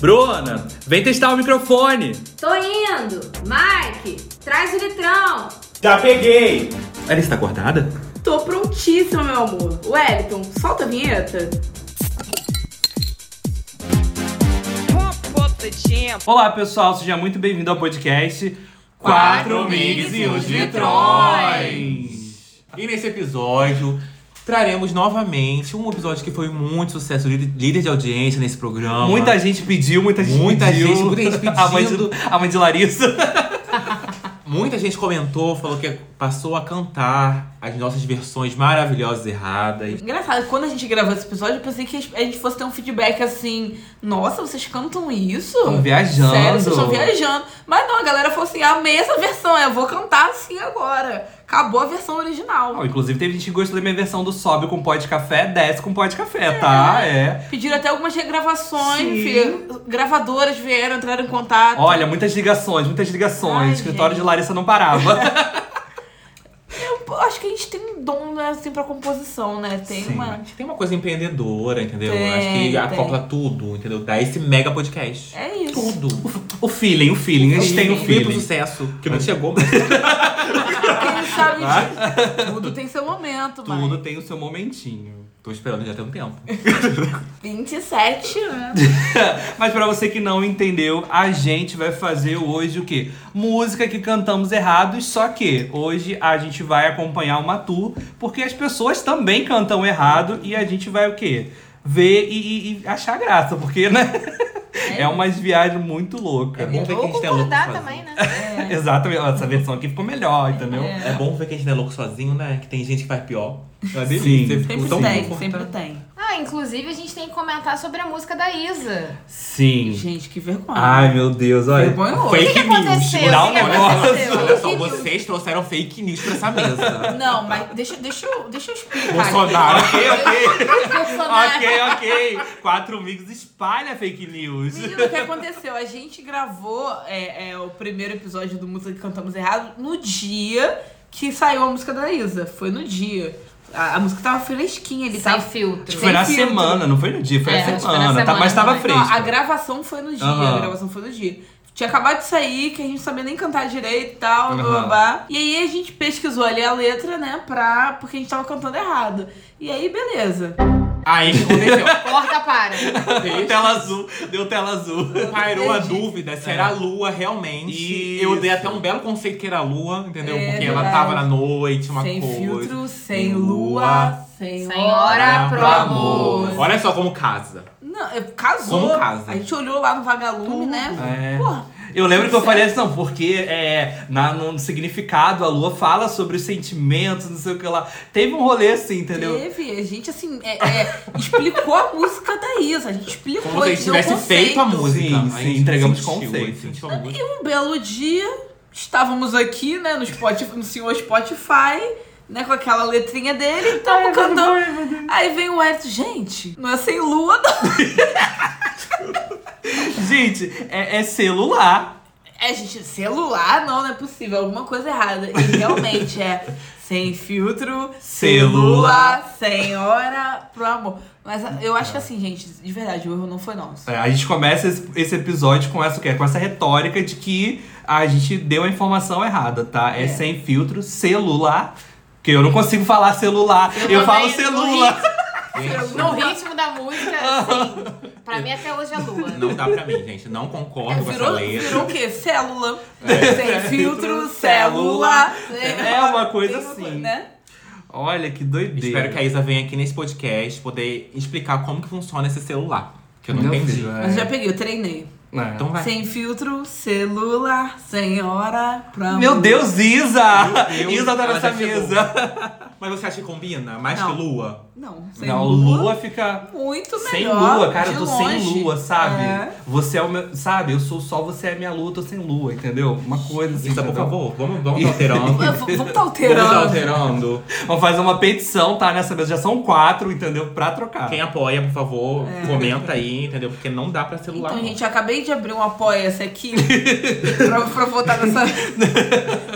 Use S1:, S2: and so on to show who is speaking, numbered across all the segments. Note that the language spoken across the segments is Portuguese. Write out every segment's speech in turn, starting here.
S1: Bruna, vem testar o microfone.
S2: Tô indo! Mike, traz o litrão!
S3: Já peguei!
S1: Ela
S3: tá
S1: está acordada?
S4: Tô prontíssima, meu amor. Wellington, solta a vinheta.
S1: Olá, pessoal, seja muito bem-vindo ao podcast
S3: Quatro Migs
S1: um
S3: e os Litrões. E nesse episódio traremos novamente um episódio que foi muito sucesso, líder, líder de audiência nesse programa.
S1: Muita gente pediu, muita gente
S3: Muita
S1: pediu.
S3: gente, muita gente
S1: A mãe de,
S3: pedindo.
S1: a mãe de Larissa.
S3: Muita gente comentou, falou que passou a cantar as nossas versões maravilhosas erradas.
S4: Engraçado, quando a gente gravou esse episódio, eu pensei que a gente fosse ter um feedback assim: Nossa, vocês cantam isso?
S3: Estão viajando.
S4: Sério, vocês estão viajando. Mas não, a galera falou assim: Amei essa versão, eu vou cantar assim agora. Acabou a versão original.
S1: Não, inclusive, teve gente que gostou da minha versão do Sobe com Pó de Café, Desce com Pó de Café, tá? É.
S4: Pediram até algumas regravações,
S1: Sim.
S4: filho. gravadoras vieram, entraram em contato.
S1: Olha, muitas ligações, muitas ligações.
S4: Ai,
S1: o escritório
S4: gente.
S1: de Larissa não parava.
S4: Eu acho que a gente tem um dom, né, assim, pra composição, né? Tem
S1: Sim.
S4: uma.
S3: Tem uma coisa empreendedora, entendeu?
S4: Tem,
S3: Acho que
S4: tem.
S3: acopla tudo, entendeu? Dá esse mega podcast.
S4: É isso.
S3: Tudo.
S1: o feeling, o feeling. A gente tem o
S3: Muito
S1: feeling.
S3: sucesso. Que não chegou, mas
S4: Quem sabe
S3: Né?
S4: de... tudo tem seu momento,
S1: Tudo
S4: mano.
S1: tem o seu momentinho.
S3: tô esperando já tem um tempo.
S4: 27 anos.
S1: Mas pra você que não entendeu, a gente vai fazer hoje o quê? Música que cantamos errados, só que hoje a gente vai acompanhar uma tour, porque as pessoas também cantam errado e a gente vai o quê? Ver e, e- e achar graça, porque, né? É umas viagens muito loucas.
S3: É bom ver que a gente é louco pra fazer.
S5: né?
S1: Exatamente, ó, essa versão aqui ficou melhor, entendeu?
S3: É bom ver que a gente não é louco sozinho, né? Que tem gente que faz pior. É uma
S1: Sim.
S3: delícia. Eu fico
S4: Sempre
S1: Então,
S3: tão
S4: tem,
S3: confortável.
S4: sempre tem.
S5: Ah, inclusive a gente tem que comentar sobre a música da Isa.
S1: Sim.
S4: Gente, que vergonha.
S1: Ai, meu Deus, olha.
S4: vergonha hoje.
S3: Fake
S5: que aconteceu?
S3: Dá um
S5: O que que
S3: negócio.
S5: aconteceu?
S3: Olha só, vocês trouxeram fake news pra essa mesa.
S4: Não, mas deixa, deixa, eu, deixa eu explicar.
S3: Bolsonaro.
S1: Ok, ok.
S4: Bolsonaro.
S1: ok, ok. Quatro amigos espalha fake news.
S4: Menino, o que aconteceu? A gente gravou é, é, o primeiro episódio do Música que Cantamos Errado no dia que saiu a música da Isa. Foi no dia. A, a música tava fresquinha, ele
S5: Sem
S4: tava
S5: filtro.
S1: Foi
S4: Sem
S1: na
S4: filtro.
S1: semana, não foi no dia, foi
S5: É,
S1: na
S5: acho que
S1: semana.
S5: foi na
S1: tá,
S5: semana
S1: mas tava
S5: também.
S1: fresco.
S4: Não, a gravação foi no dia,
S1: Aham.
S4: a gravação foi no dia. Tinha acabado de sair, que a gente não sabia nem cantar direito e tal, blá, blá,
S1: Aham.
S4: blá. E aí a gente pesquisou ali a letra, né, pra... Porque a gente tava cantando errado. E aí, beleza.
S3: Aí o que aconteceu?
S5: Corta para.
S1: Deu tela azul, deu tela azul.
S3: Pairou a
S4: Entendi.
S3: dúvida se era a lua realmente.
S1: Isso.
S3: Eu dei até um belo conceito que era a lua, entendeu?
S4: É,
S3: Porque ela
S4: verdade.
S3: tava na noite, uma
S4: sem
S3: coisa.
S4: filtro, sem
S3: Sem
S4: lua,
S3: lua,
S4: senhora,
S5: senhora
S4: pro
S5: pro
S4: amor.
S5: amor.
S3: Olha só como casa.
S4: Não, é, casou.
S3: Como casa.
S4: A gente olhou lá no vagalume, né?
S1: É.
S4: Porra.
S1: Eu lembro que eu falei assim, não, porque é, na, no significado a lua fala sobre os sentimentos, não sei o que lá. Teve um rolê assim, entendeu?
S4: Teve, a gente assim, é, é, explicou a música da Isa, a gente explicou.
S3: Como se a
S4: a
S3: gente
S4: gente deu
S3: tivesse feito a
S4: um conceito.
S3: música.
S1: Sim,
S3: Aí
S1: sim,
S3: a gente
S1: entregamos
S3: sentiu,
S1: conceito.
S3: sentiu a música.
S4: Um belo dia, estávamos aqui, né, no, Spotify, no senhor Spotify, né, com aquela letrinha dele, estamos cantando. Aí vem o Wellington, gente, não é sem lua, não.
S1: Gente, é, é celular.
S4: É, gente, celular não, não é possível, alguma coisa errada. E realmente é sem filtro, celular, senhora, pro amor. Mas a- eu acho que assim, gente, de verdade, o erro não foi nosso.
S1: É, A gente começa esse, esse episódio com essa, o quê? com essa retórica de que a gente deu a informação errada, tá? É,
S4: É.
S1: sem filtro, celular. Porque eu não consigo falar celular, eu, falo
S5: também, no
S1: celular.
S3: Gente,
S5: No ritmo da música, sim. Pra mim até hoje é lua.
S3: Não dá pra mim, gente. Não concordo com essa
S4: É, Virou,
S3: letra.
S4: virou o quê? Célula. Sem filtro, célula.
S1: É uma coisa
S4: Tem uma
S1: assim.
S4: coisa, né?
S1: Olha que doideira.
S3: Espero que a Isa venha aqui nesse podcast poder explicar como que funciona esse celular. Que eu não
S1: Meu
S3: entendi.
S1: Deus, é.
S4: Mas já peguei, eu treinei.
S1: É.
S3: Então vai.
S4: Sem filtro, celular, senhora, pra
S1: Meu
S4: amor.
S1: Deus, Isa!
S3: Meu Deus,
S1: Isa tá
S3: ela
S1: nessa
S3: já chegou.
S1: mesa.
S3: Mas você acha que combina? Mais
S4: Não.
S3: que lua?
S4: Não, sem
S1: Não,
S4: lua,
S1: lua fica.
S4: muito melhor.
S1: Sem lua, cara,
S4: de
S1: eu tô
S4: longe.
S1: sem lua, sabe?
S4: É.
S1: Você é o meu. Sabe, eu sou o sol, você é a minha lua, eu tô sem lua, entendeu? Uma coisa assim.
S3: Isa, por
S1: entendeu?
S3: favor, vamos, vamos alterando.
S4: Eu vou- Vamos tá
S3: Vamos
S4: alterando.
S3: alterando.
S1: Vamos fazer uma petição, tá? Nessa mesa já são quatro, entendeu? Pra trocar.
S3: Quem é apoia, por favor, comenta aí, entendeu? Porque não dá pra celular.
S4: É. Então,
S3: não.
S4: gente, eu acabei de abrir um apoia-se aqui pra, pra votar nessa,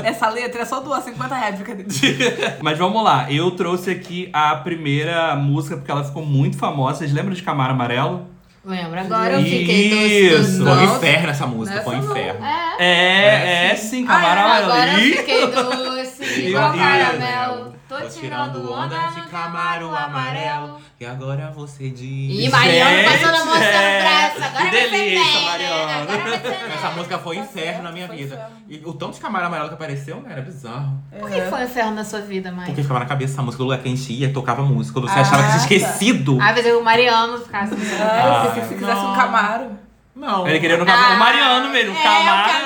S4: nessa letra. É só doar 50 reais, brincadeira.
S1: Mas vamos lá, eu trouxe aqui a primeira música porque ela ficou muito famosa. Vocês lembram de Camaro Amarelo?
S5: Lembro. Agora eu fiquei dos, dos
S1: Isso.
S3: Foi um
S5: nós.
S3: inferno essa música, foi um
S4: Nessa não.
S3: inferno.
S5: É. Ah,
S1: É, é sim, Camaro Amarelo.
S5: Agora eu
S1: Ih,
S5: fiquei doce,
S1: Eu
S5: igual
S1: vi,
S5: caramelo.
S3: Tô
S5: Tô tirando onda de Camaro amarelo.
S3: E agora você diz.
S5: Ih, Mariana passando a mão assim
S1: Gente, é.
S5: no braço. Agora
S1: Que
S5: vai ser
S1: delícia,
S5: bem,
S1: Mariana.
S5: Né? Agora vai ser bem.
S3: Essa música foi um inferno na minha
S4: Foi
S3: vida.
S4: inferno.
S3: E o tanto de Camaro amarelo que apareceu, né, era bizarro.
S4: É.
S5: Por que foi um inferno na sua vida, mãe?
S3: Porque ficava na cabeça essa música do lugar que a gente ia, tocava música. Você
S4: Ah,
S3: achava que
S4: tá.
S3: tinha esquecido.
S5: Às vezes Ah, o Mariano ficava assim.
S4: Ah,
S1: Ah,
S4: se, se quisesse um
S3: não.
S4: Camaro.
S3: Não.
S1: Ele queria no
S5: Ah,
S1: Camaro. O Mariano mesmo, o
S5: é,
S1: Camaro.
S5: É,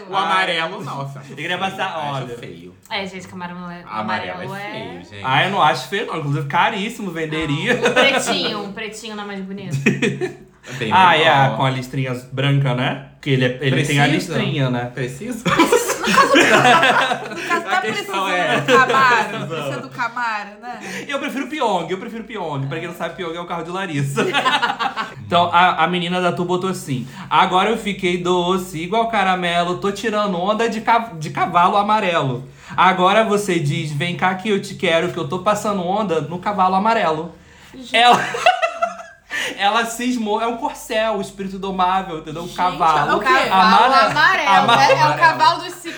S5: o
S3: O
S5: Camaro.
S3: amarelo, não. eu acho
S1: Ele queria
S3: feio,
S1: passar-
S3: acho
S1: olha.
S3: feio.
S5: É, gente, Camaro não é.
S3: Amarelo
S5: Amarelo
S3: é feio, gente.
S1: Ah, eu não acho feio, não. Inclusive, caríssimo, venderia.
S5: Um pretinho, um pretinho não é mais bonito.
S3: É bem
S1: Ah, é,
S3: legal.
S1: a- com a listrinha branca, né? Porque ele, é- ele tem
S3: Precisa?
S1: a listrinha,
S3: É
S1: né?
S3: Precisa?
S4: No caso,
S3: A
S4: tá
S3: questão
S4: precisando
S3: é-
S4: do Camaro. Precisa do Camaro, né?
S1: Eu prefiro Pyong, eu prefiro Pyong. Pra quem não sabe, Pyong é o carro de Larissa. então, a, a menina da Tu botou assim. Agora eu fiquei doce, igual caramelo, tô tirando onda de, ca- de cavalo amarelo. Agora você diz, vem cá que eu te quero, que eu tô passando onda no cavalo amarelo. Ela... Ela cismou, é um corcel, o espírito domável, entendeu? Um
S4: Gente,
S1: cavalo.
S4: é o quê?
S5: Cavalo
S1: amare- ama-
S5: amarelo. é, é o
S3: amarelo.
S5: cavalo dos Six.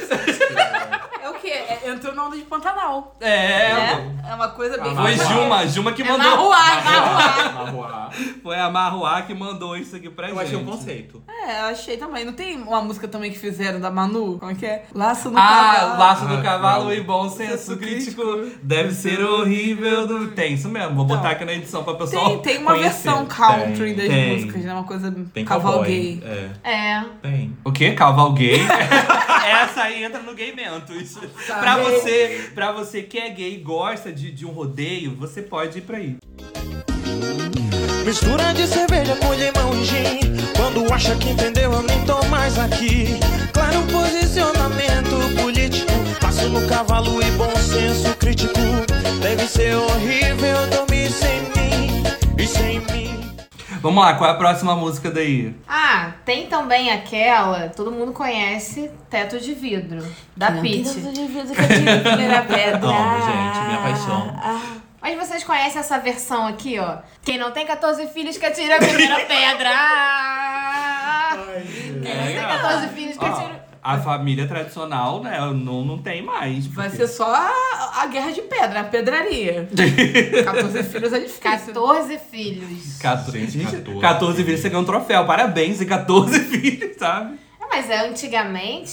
S4: É o quê? É, entrou na onda de Pantanal.
S1: É,
S4: É, é uma coisa bem...
S1: foi
S3: Amarelo.
S1: Gilma, Gilma que
S5: É
S1: mandou.
S5: marruá, marruá.
S3: Marroá.
S1: Foi a Marruá que mandou isso aqui pra
S3: Eu
S1: gente.
S3: achei um conceito.
S4: É, eu achei também. Não tem uma música também que fizeram da Manu? Como é que é? Laço no
S1: Ah,
S4: cavalo.
S1: laço
S3: Ah,
S1: do cavalo
S3: não.
S1: e bom senso crítico deve ser horrível. Do... Tem isso mesmo, vou botar
S4: Não.
S1: aqui na edição pra pessoal.
S4: Tem, tem uma
S1: conhecer.
S4: versão country
S3: Tem,
S4: das
S1: tem.
S4: músicas, né? Uma coisa
S3: Tem
S4: cavalo
S3: cowboy.
S4: gay.
S3: É.
S5: É.
S3: Tem.
S1: O quê? Caval gay? Essa aí entra no gay mentos.
S4: Tá
S1: Pra você, pra você que é gay e gosta de, de um rodeio, você pode ir pra aí.
S6: Mistura de cerveja com limão e gin. Quando acha que entendeu, eu nem tô mais aqui. Claro posicionamento político. Passo no cavalo e bom senso crítico. Deve ser horrível dormir sem mim e sem mim.
S1: Vamos lá, qual é a próxima música daí?
S5: Ah, tem também aquela, todo mundo conhece, Teto de Vidro, da Pete.
S4: Primeira pedra.
S3: Amo, gente, minha paixão.
S5: Mas vocês conhecem essa versão aqui, ó. Quem não tem 14 filhos que atira a primeira pedra.
S4: É
S5: Quem não tem 14 filhos que
S1: É Ó,
S5: atira...
S1: a família tradicional, né? Não, não tem mais.
S4: Vai
S1: porque-
S4: ser só a, a guerra de pedra, a pedraria. 14 filhos é difícil.
S5: 14 filhos.
S1: 14,
S3: Gente, 14
S1: 14 filhos, você ganhou um troféu. Parabéns, e 14 filhos, sabe?
S5: Ah, Mas é, antigamente,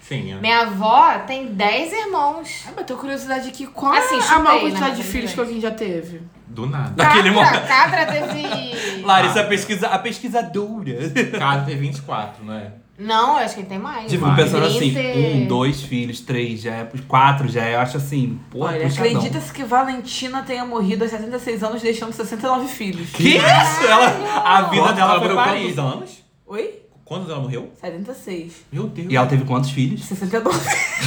S3: Sim. é.
S5: minha avó tem 10 irmãos.
S4: Ah, mas tenho curiosidade aqui, qual
S5: Assim,
S4: é a
S5: chutei,
S4: maior
S5: né,
S4: quantidade de
S5: mas
S4: filhos
S5: tudo
S4: que alguém já teve?
S3: Do nada.
S1: Naquele
S5: Catra,
S1: momento.
S5: Catra teve...
S1: Larissa, a, pesquisa, a pesquisadora.
S3: Cara, tem 24, não é?
S5: Não, eu acho que tem mais.
S1: Tipo,
S3: Vai.
S1: pensando assim,
S5: Trinta e-
S1: um, dois filhos, três, já é, quatro já é, eu acho assim, porra,
S4: Olha,
S1: puxadão.
S4: acredita-se que Valentina tenha morrido aos 76 anos, deixando 69 filhos.
S1: Que isso? Ela, a vida
S3: Quantos-
S1: dela
S3: ela
S1: foi
S3: morreu
S1: Paris.
S3: quantos anos?
S4: Oi?
S3: Quantos ela morreu?
S4: 76.
S3: Meu Deus.
S1: E ela teve quantos filhos?
S4: 69.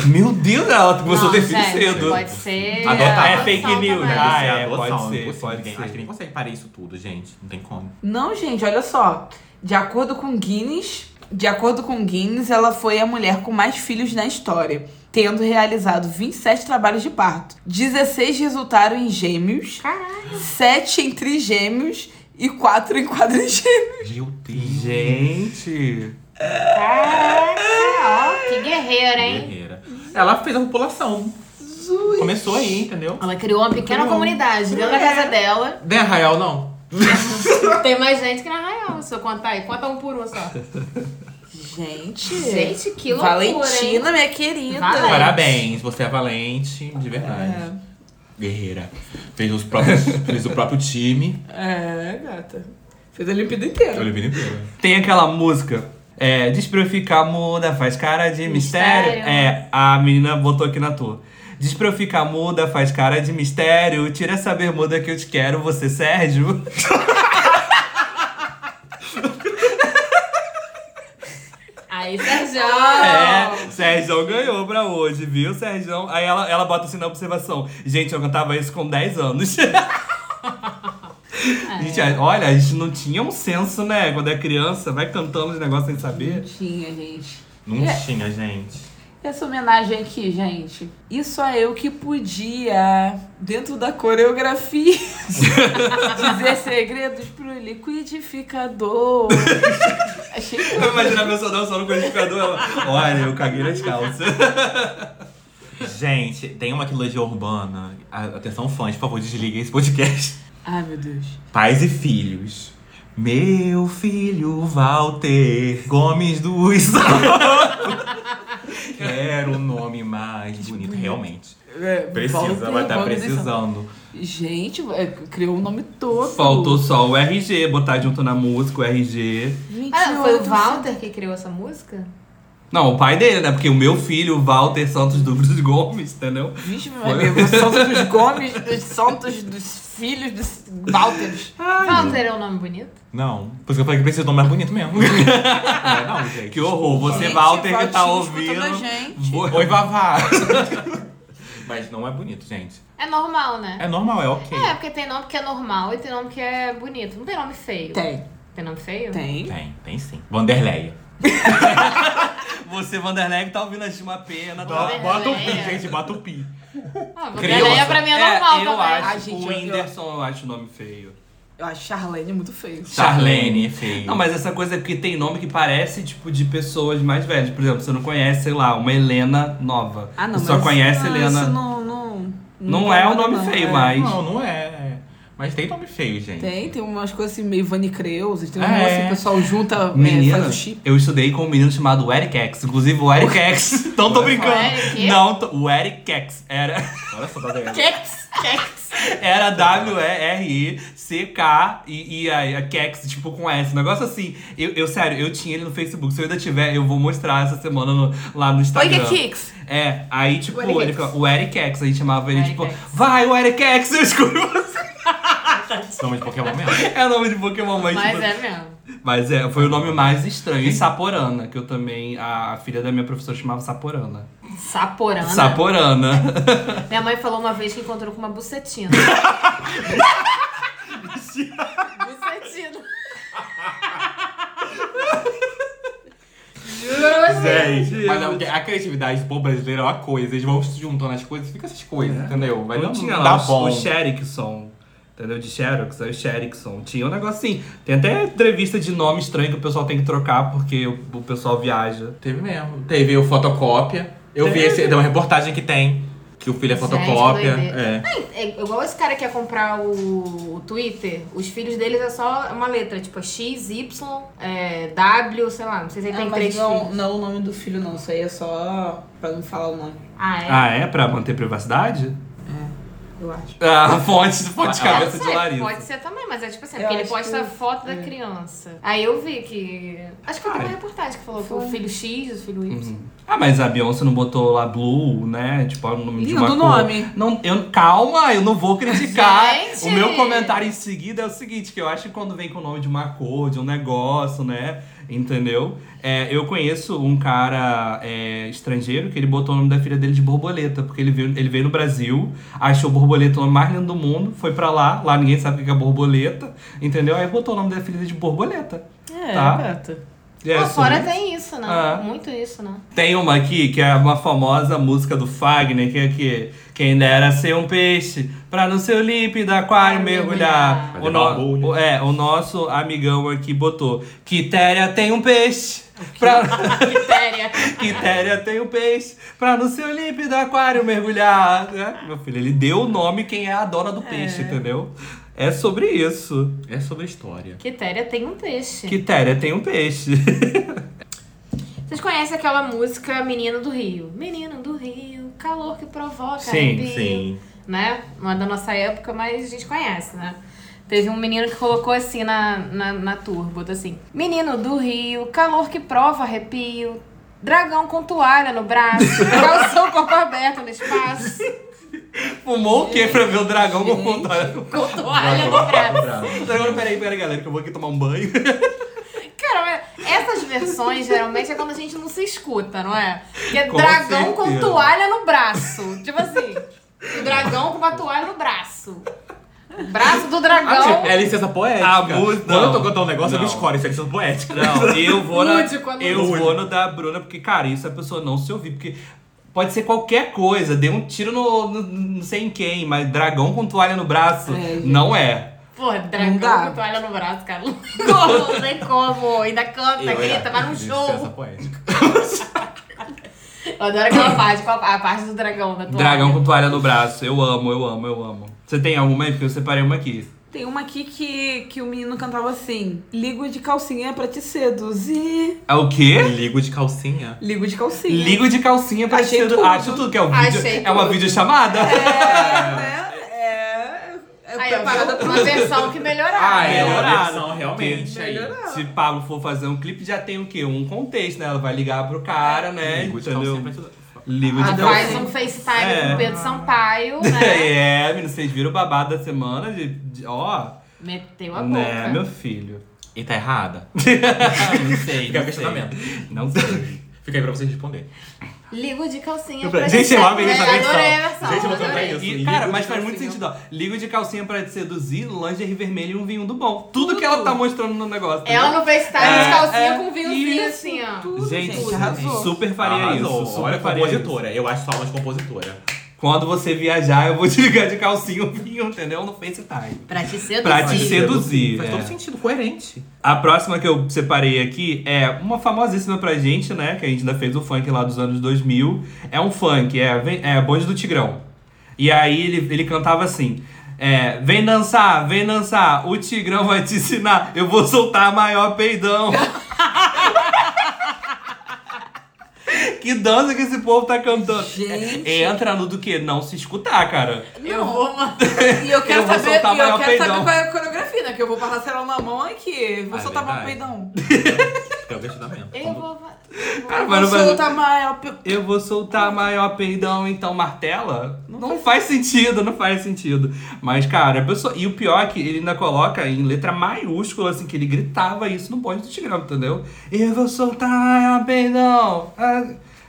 S1: Meu Deus, ela começou
S5: Não,
S1: a ter filho
S5: gente,
S1: cedo.
S5: Pode ser.
S3: Adotar.
S1: É fake
S5: adoção
S1: news,
S5: também.
S1: Ah, né?
S3: Isso
S1: é,
S3: adoção,
S1: pode ser,
S3: impossível.
S1: pode
S3: Ninguém-
S1: ser.
S3: Acho que nem consegue parar isso tudo, gente. Não tem como.
S4: Não, gente, olha só. De acordo com Guinness, de acordo com Guinness, ela foi a mulher com mais filhos na história, tendo realizado 27 trabalhos de parto. 16 resultaram em gêmeos,
S5: Caralho.
S4: 7 em trigêmeos e 4 em quadrigêmeos.
S3: Meu Deus.
S1: Gente.
S5: Caraca, ó, que guerreira, hein?
S3: Guerreira. Ela fez a população. Começou aí, entendeu?
S5: Ela criou uma pequena
S1: um
S5: comunidade dentro da casa dela.
S3: Não é Arraial, não?
S5: Tem mais gente que na Arraial, se eu contar aí. Conta um por um só.
S4: Gente,
S5: Gente, que loucura,
S4: Valentina, minha querida.
S5: Valente.
S3: Parabéns, você é valente, de verdade. Guerreira. Fez, os próprios, fez o próprio time.
S4: É, gata. Fez a Olimpíada
S3: A
S4: inteira.
S3: Olimpíada inteira.
S1: Tem aquela música. É, diz pra eu ficar muda, faz cara de mistério.
S5: Mistério.
S1: É, a menina botou aqui na tua. Diz pra eu ficar muda, faz cara de mistério. Tira essa bermuda que eu te quero, você, Sérgio.
S5: Aí, tá Sérgio.
S1: É, Sérgio ganhou pra hoje, viu, Sérgio? Aí ela, ela bota assim na observação. Gente, eu cantava isso com 10 anos. Gente, olha, a gente não tinha um senso, né? Quando é criança, vai cantando os negócios sem saber.
S4: Tinha, gente.
S3: Não tinha, gente.
S4: essa homenagem aqui, gente. E só eu que podia, dentro da coreografia, dizer segredos pro liquidificador. Achei que
S1: Eu imagino a pessoa dançando no codificador. Ela, Olha, eu caguei nas calças.
S3: Gente, tem uma trilogia urbana. A- Atenção, fãs, por favor, desliguem esse podcast.
S4: Ai, meu Deus.
S3: Pais e filhos. Meu filho Walter Gomes dos Santos. Quero um nome mais bonito, realmente.
S4: É,
S3: Precisa,
S4: Walter
S3: vai estar
S4: Gomes e Santos.
S3: precisando.
S4: Gente, é, criou o nome todo.
S1: Faltou só o RG, botar junto na música o RG.
S4: Gente,
S5: Ah, foi o
S4: eu-
S5: Walter que criou essa música?
S1: Não, o pai dele, né? Porque o meu filho, o Walter Santos Dubros Gomes, entendeu?
S4: Vixe, meu amigo, Santos dos Gomes, dos Santos dos filhos dos Walters.
S5: Walter é um nome bonito?
S3: Não, por isso que eu falei que precisa de um nome mais bonito mesmo. É, não, gente.
S1: Que horror, você, é um
S4: Gente,
S1: Walter, que tá
S4: Valtinho escuta
S1: ouvindo.
S4: da gente.
S1: vo-
S3: Oi, Vavá. Mas não é bonito, gente.
S5: É normal, né?
S3: É normal, é ok.
S5: É, porque tem nome que é normal e tem nome que é bonito. Não tem nome feio.
S4: Tem,
S5: Tem nome feio?
S4: tem.
S3: Tem, tem sim. Vanderleia.
S1: Você, Vanderlei, que tá ouvindo a uma pena. Tá...
S5: Vanderleia. bota o pi, gente,
S3: bota o pi.
S5: Ah,
S1: Criança.
S5: Vanderleia pra mim é normal
S1: eu
S5: também.
S1: acho.
S4: Ah, gente,
S1: o
S4: eu-
S1: Whindersson, eu acho o nome feio.
S4: Eu acho Charlene muito feio.
S1: Charlene,
S3: Charlene, feio.
S1: Não, mas essa coisa é porque tem nome que parece, tipo, de pessoas mais velhas. Por exemplo, você não conhece, sei lá, uma Helena nova.
S4: Ah, não,
S1: Você só
S4: mas-
S1: conhece
S4: ah,
S1: Helena.
S4: Isso não, não,
S1: Não, é um
S4: incomoda,
S1: nome
S4: não.
S1: feio,
S4: É.
S1: mas.
S3: Não, não é. é. Mas tem nome feio, gente.
S4: Tem, tem umas coisas assim meio Vani Creus, tem um
S3: É.
S4: negócio assim, o pessoal junta, é,
S1: Menina,
S4: faz o chip.
S1: eu estudei com um menino chamado Eric X. Inclusive, o Eric X. Não tô brincando.
S5: Eric quê?
S1: Não, tô- o Eric X. Era,
S3: Olha só, tá vendo?
S5: Kex, Kex.
S1: era W-E-R-I-C-K e, e a, a Kex, tipo, com S. Um negócio assim. Eu, eu, sério, eu tinha ele no Facebook. Se eu ainda tiver, eu vou mostrar essa semana no- lá no
S4: Oi,
S1: Instagram.
S4: Kix!
S1: É, aí tipo,
S4: O Eric
S1: ele
S4: X.
S1: ficava, o Eric X, a gente chamava ele
S5: Eric
S1: tipo,
S5: X.
S1: vai, o Eric X, eu escolho você.
S3: Nome de Pokémon mesmo.
S1: É o nome de Pokémon, mas,
S5: Mas
S1: tipo,
S5: é mesmo.
S1: mas é, foi o nome mais estranho. E Saporana, que eu também, a filha da minha professora chamava Saporana.
S5: Saporana.
S1: Saporana.
S5: Minha mãe falou uma vez que encontrou com uma bucetina. bucetina. Juro pra
S1: assim.
S5: você.
S1: Gente,
S3: Mas é porque a criatividade do povo brasileiro é uma coisa. Eles vão se juntando as coisas, fica essas coisas, entendeu? Mas
S1: É. não
S3: não,
S1: tinha
S3: não
S1: lá
S3: dá
S1: o,
S3: bom.
S1: o Sherrickson, entendeu? De Xerox, aí o Sherrickson. Tinha um negócio assim, tem até entrevista de nome estranho que o pessoal tem que trocar porque o, o pessoal viaja.
S3: Teve mesmo. Teve o fotocópia. Eu vi esse, tem uma reportagem que tem. Que o filho é
S5: Gente,
S3: fotocópia.
S5: doideira.
S3: é.
S5: É igual esse cara que ia comprar o, o Twitter, os filhos deles é só uma letra, tipo é X, Y, é, W, sei lá, não sei se ele
S4: Ah,
S5: tem
S4: mas
S5: três
S4: não,
S5: filhos.
S4: não o nome do filho, não. Isso aí é só pra não falar o nome,
S5: Ah, é?
S1: Ah, é? Pra manter privacidade?
S4: eu acho.
S1: Ah, fonte, fonte de
S3: Ah,
S1: cabeça
S5: Pode
S1: de
S5: ser,
S1: Larissa.
S5: Pode ser também, mas é tipo assim,
S4: Eu
S5: porque ele
S4: acho
S5: posta
S4: que-
S5: foto
S4: é.
S5: da criança. Aí eu vi que. Acho que foi uma
S1: Ai.
S5: reportagem que falou que
S4: Foi.
S5: o filho X, o filho Y.
S1: Ah, mas a Beyoncé não botou lá Blue, né? Tipo, o nome de
S4: Lindo
S1: uma cor.
S4: nome.
S1: Não, eu, calma, eu não vou criticar.
S5: Gente!
S1: O meu comentário em seguida é o seguinte, que eu acho que quando vem com o nome de uma cor, de um negócio, né? Entendeu? É, eu conheço um cara é, estrangeiro que ele botou o nome da filha dele de borboleta, porque ele veio, ele veio no Brasil, achou borboleta o nome mais lindo do mundo, foi pra lá, lá ninguém sabe o que é borboleta, entendeu? Aí botou o nome da filha dele de borboleta.
S4: É,
S1: Tá.
S4: gata.
S1: E é
S5: Lá
S1: isso,
S5: fora
S1: né?
S5: tem isso, né?
S1: Ah.
S5: Muito isso, né?
S1: Tem uma aqui que é uma famosa música do Fagner, que é que quem dera ser um peixe pra no seu límpido aquário mergulhar.
S3: Fazer
S1: O, no-
S3: barulho.
S1: o- é, o nosso amigão aqui botou: Quitéria tem um peixe pra.
S5: Quitéria.
S1: Quitéria tem um peixe pra no seu límpido aquário mergulhar. né? Meu filho, ele deu o nome quem é a dona do peixe, entendeu? É sobre isso.
S3: É sobre história.
S5: Quitéria tem um peixe.
S1: Quitéria tem um peixe.
S5: Vocês conhecem aquela música Menino do Rio? Menino do Rio, calor que provoca.
S1: Sim,
S5: arrepio. né? Não é da nossa época, mas a gente conhece, né? Teve um menino que colocou assim na, na, na tour, botou assim: Menino do Rio, calor que prova arrepio, dragão com toalha no braço, calção corpo aberto no espaço,
S1: Fumou o quê pra ver o dragão com
S4: Gente.
S1: vontade?
S5: com toalha no braço.
S1: Agora, peraí, peraí, galera, que eu vou aqui tomar um banho.
S5: Cara, mas essas versões geralmente é quando a gente não se escuta, não é? Que é
S1: Com
S5: dragão com
S1: certeza.
S5: toalha no braço. Tipo assim, o dragão com uma toalha no braço. Braço do
S1: Ah,
S5: dragão.
S1: tipo,
S3: É licença poética.
S1: A música-
S3: Quando eu
S1: Ah, não.
S3: tô cantando um negócio,
S1: Não.
S3: eu escolho se é licença poética.
S1: Não, eu vou na,
S5: Lúdico, quando-
S1: eu vou no da Bruna, porque, cara, isso a pessoa não se ouvir, porque pode ser qualquer coisa, dê um tiro no, no- não sei em quem, mas dragão com toalha no braço,
S4: É, gente.
S1: não é.
S5: Pô,
S4: Não
S5: dragão
S4: dá.
S5: com toalha no braço, cara. Não sei como. Ainda canta,
S3: Eu ia-
S5: grita, vai num
S3: Licença
S5: show.
S3: poética.
S5: Eu adoro aquela parte, qual- a parte do dragão da toalha.
S1: Dragão com toalha no braço, eu amo, eu amo, eu amo. Você tem alguma aí? Porque eu separei uma aqui.
S4: Tem uma aqui que, que o menino cantava assim: Ligo de calcinha pra te seduzir.
S1: É o quê?
S3: Ligo de calcinha.
S4: Ligo de calcinha.
S1: Ligo de calcinha pra
S4: Achei
S1: ser-
S4: tudo.
S1: Acho tudo que é um vídeo.
S5: Achei
S1: É uma
S5: tudo.
S1: videochamada?
S4: É, né? É. É
S5: Aí, ó,
S4: preparada pra
S5: uma versão que melhorar.
S1: Ah, é,
S5: né?
S3: Melhoraram.
S1: melhoraram.
S3: Realmente.
S1: Porque Se Pablo for fazer um clipe, já tem o quê? Um contexto, né? Ela vai ligar pro cara, né?
S3: É, Ligo de
S1: Entendeu?
S3: calcinha pra tudo.
S1: Ligo
S5: Ah,
S1: de
S4: Adoro.
S5: Faz
S1: calcinha.
S5: um FaceTime
S1: É.
S5: com o Pedro Sampaio, né?
S1: É, menino, vocês viram o babado da semana de. de- ó.
S5: Meteu a boca.
S1: né, meu filho.
S3: E tá errada?
S1: Não sei.
S3: Fica
S1: não
S3: o questionamento.
S1: sei. Não sei.
S3: Fica aí pra vocês responder.
S5: Ligo de calcinha.
S3: Eu-
S5: pra
S3: Gente,
S5: te
S3: eu amei essa
S5: seduzir.
S3: versão.
S5: Adorei a versão.
S3: Gente, eu vou
S5: adorei.
S3: cantar isso.
S1: E,
S3: ligo
S1: cara,
S3: de
S1: mas faz muito
S5: calcinha.
S1: sentido, ó. Ligo de calcinha pra te seduzir, lingerie vermelho e um vinho do bom. Tudo, que ela tá mostrando no negócio.
S5: Ela no FaceTime
S1: É,
S5: de calcinha
S1: é,
S4: um
S5: com vinhozinho
S1: isso,
S5: assim, ó.
S4: tudo,
S1: Gente,
S4: gente. Arrasou.
S1: super faria
S3: Arrasou.
S1: isso. Super
S3: Olha,
S1: faria isso.
S3: compositora. Eu acho só uma compositora.
S1: Quando você viajar, eu vou te ligar de calcinha ou vinho, entendeu? No FaceTime.
S5: Pra te seduzir.
S1: Pra te seduzir.
S3: Faz
S1: é.
S3: todo sentido, coerente.
S1: A próxima que eu separei aqui é uma famosíssima pra gente, né? Que a gente ainda fez o funk lá dos anos 2000. É um funk, é, vem- é Bonde do Tigrão. E aí ele, ele cantava assim... É, vem dançar, vem dançar, o Tigrão vai te ensinar, eu vou soltar maior peidão. que dança que esse povo tá cantando.
S4: Gente.
S1: Entra no do que? Não se escutar, cara.
S5: Eu vou mandar.
S4: E eu quero
S1: Eu vou
S4: saber,
S1: soltar
S4: e eu
S1: maior
S4: quero
S1: peidão.
S4: saber qual é a coreografia, né? Que eu vou passar serão na mão aqui. Vou
S3: Ah, é
S4: soltar maior
S3: verdade.
S4: peidão.
S3: É o questionamento.
S5: Eu
S3: Como-
S5: vou. Tá
S1: Cara, mas
S4: Vou
S1: não faz-
S4: soltar maior peidão.
S1: Eu vou soltar maior perdão, então martela? Não, faz sentido, não faz sentido. Mas, cara, a pessoa. E o pior é que ele ainda coloca em letra maiúscula, assim, que ele gritava isso no bonde do Tigrão, entendeu? Eu vou soltar maior perdão.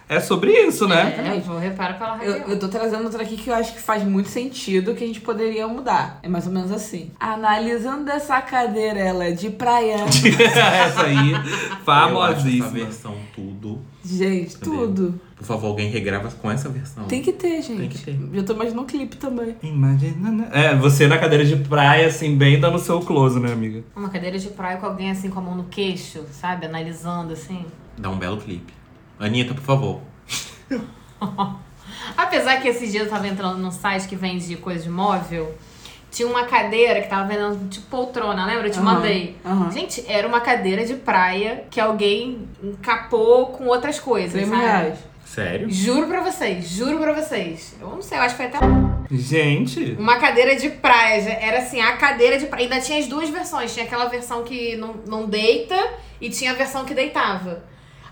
S1: É sobre isso, né?
S5: É, eu reparo que ela
S4: Eu,
S5: hackeou.
S4: eu tô trazendo outra aqui que eu acho que faz muito sentido, que a gente poderia mudar. É mais ou menos assim. Analisando essa cadeira, ela é de praia.
S1: Essa aí,
S3: Eu acho essa
S1: famosíssima.
S3: versão tudo.
S4: Gente, tudo.
S3: Por favor, alguém regrava com essa versão.
S4: Tem que ter, gente.
S3: Hum. Tem que ter.
S4: Eu tô imaginando um clipe também.
S1: Imagina, né? É, você na cadeira de praia, assim, bem dando seu close, né, amiga?
S5: Uma cadeira de praia com alguém assim com a mão no queixo, sabe? Analisando assim.
S3: Dá um belo clipe. Anitta, por favor.
S5: Apesar que esses dias eu tava entrando num site que vende coisa de móvel, tinha uma cadeira que tava vendendo tipo poltrona, lembra? Eu te
S4: Aham,
S5: mandei.
S4: aham.
S5: Gente, era uma cadeira de praia que alguém encapou com outras coisas.
S4: 3 mil
S5: sabe?
S4: reais.
S3: Sério?
S5: Juro pra vocês, juro pra vocês. Eu não sei, eu acho que foi até
S1: Gente.
S5: Uma cadeira de praia. já- Era assim, a cadeira de praia. Ainda tinha as duas versões. Tinha aquela versão que não, não deita e tinha a versão que deitava.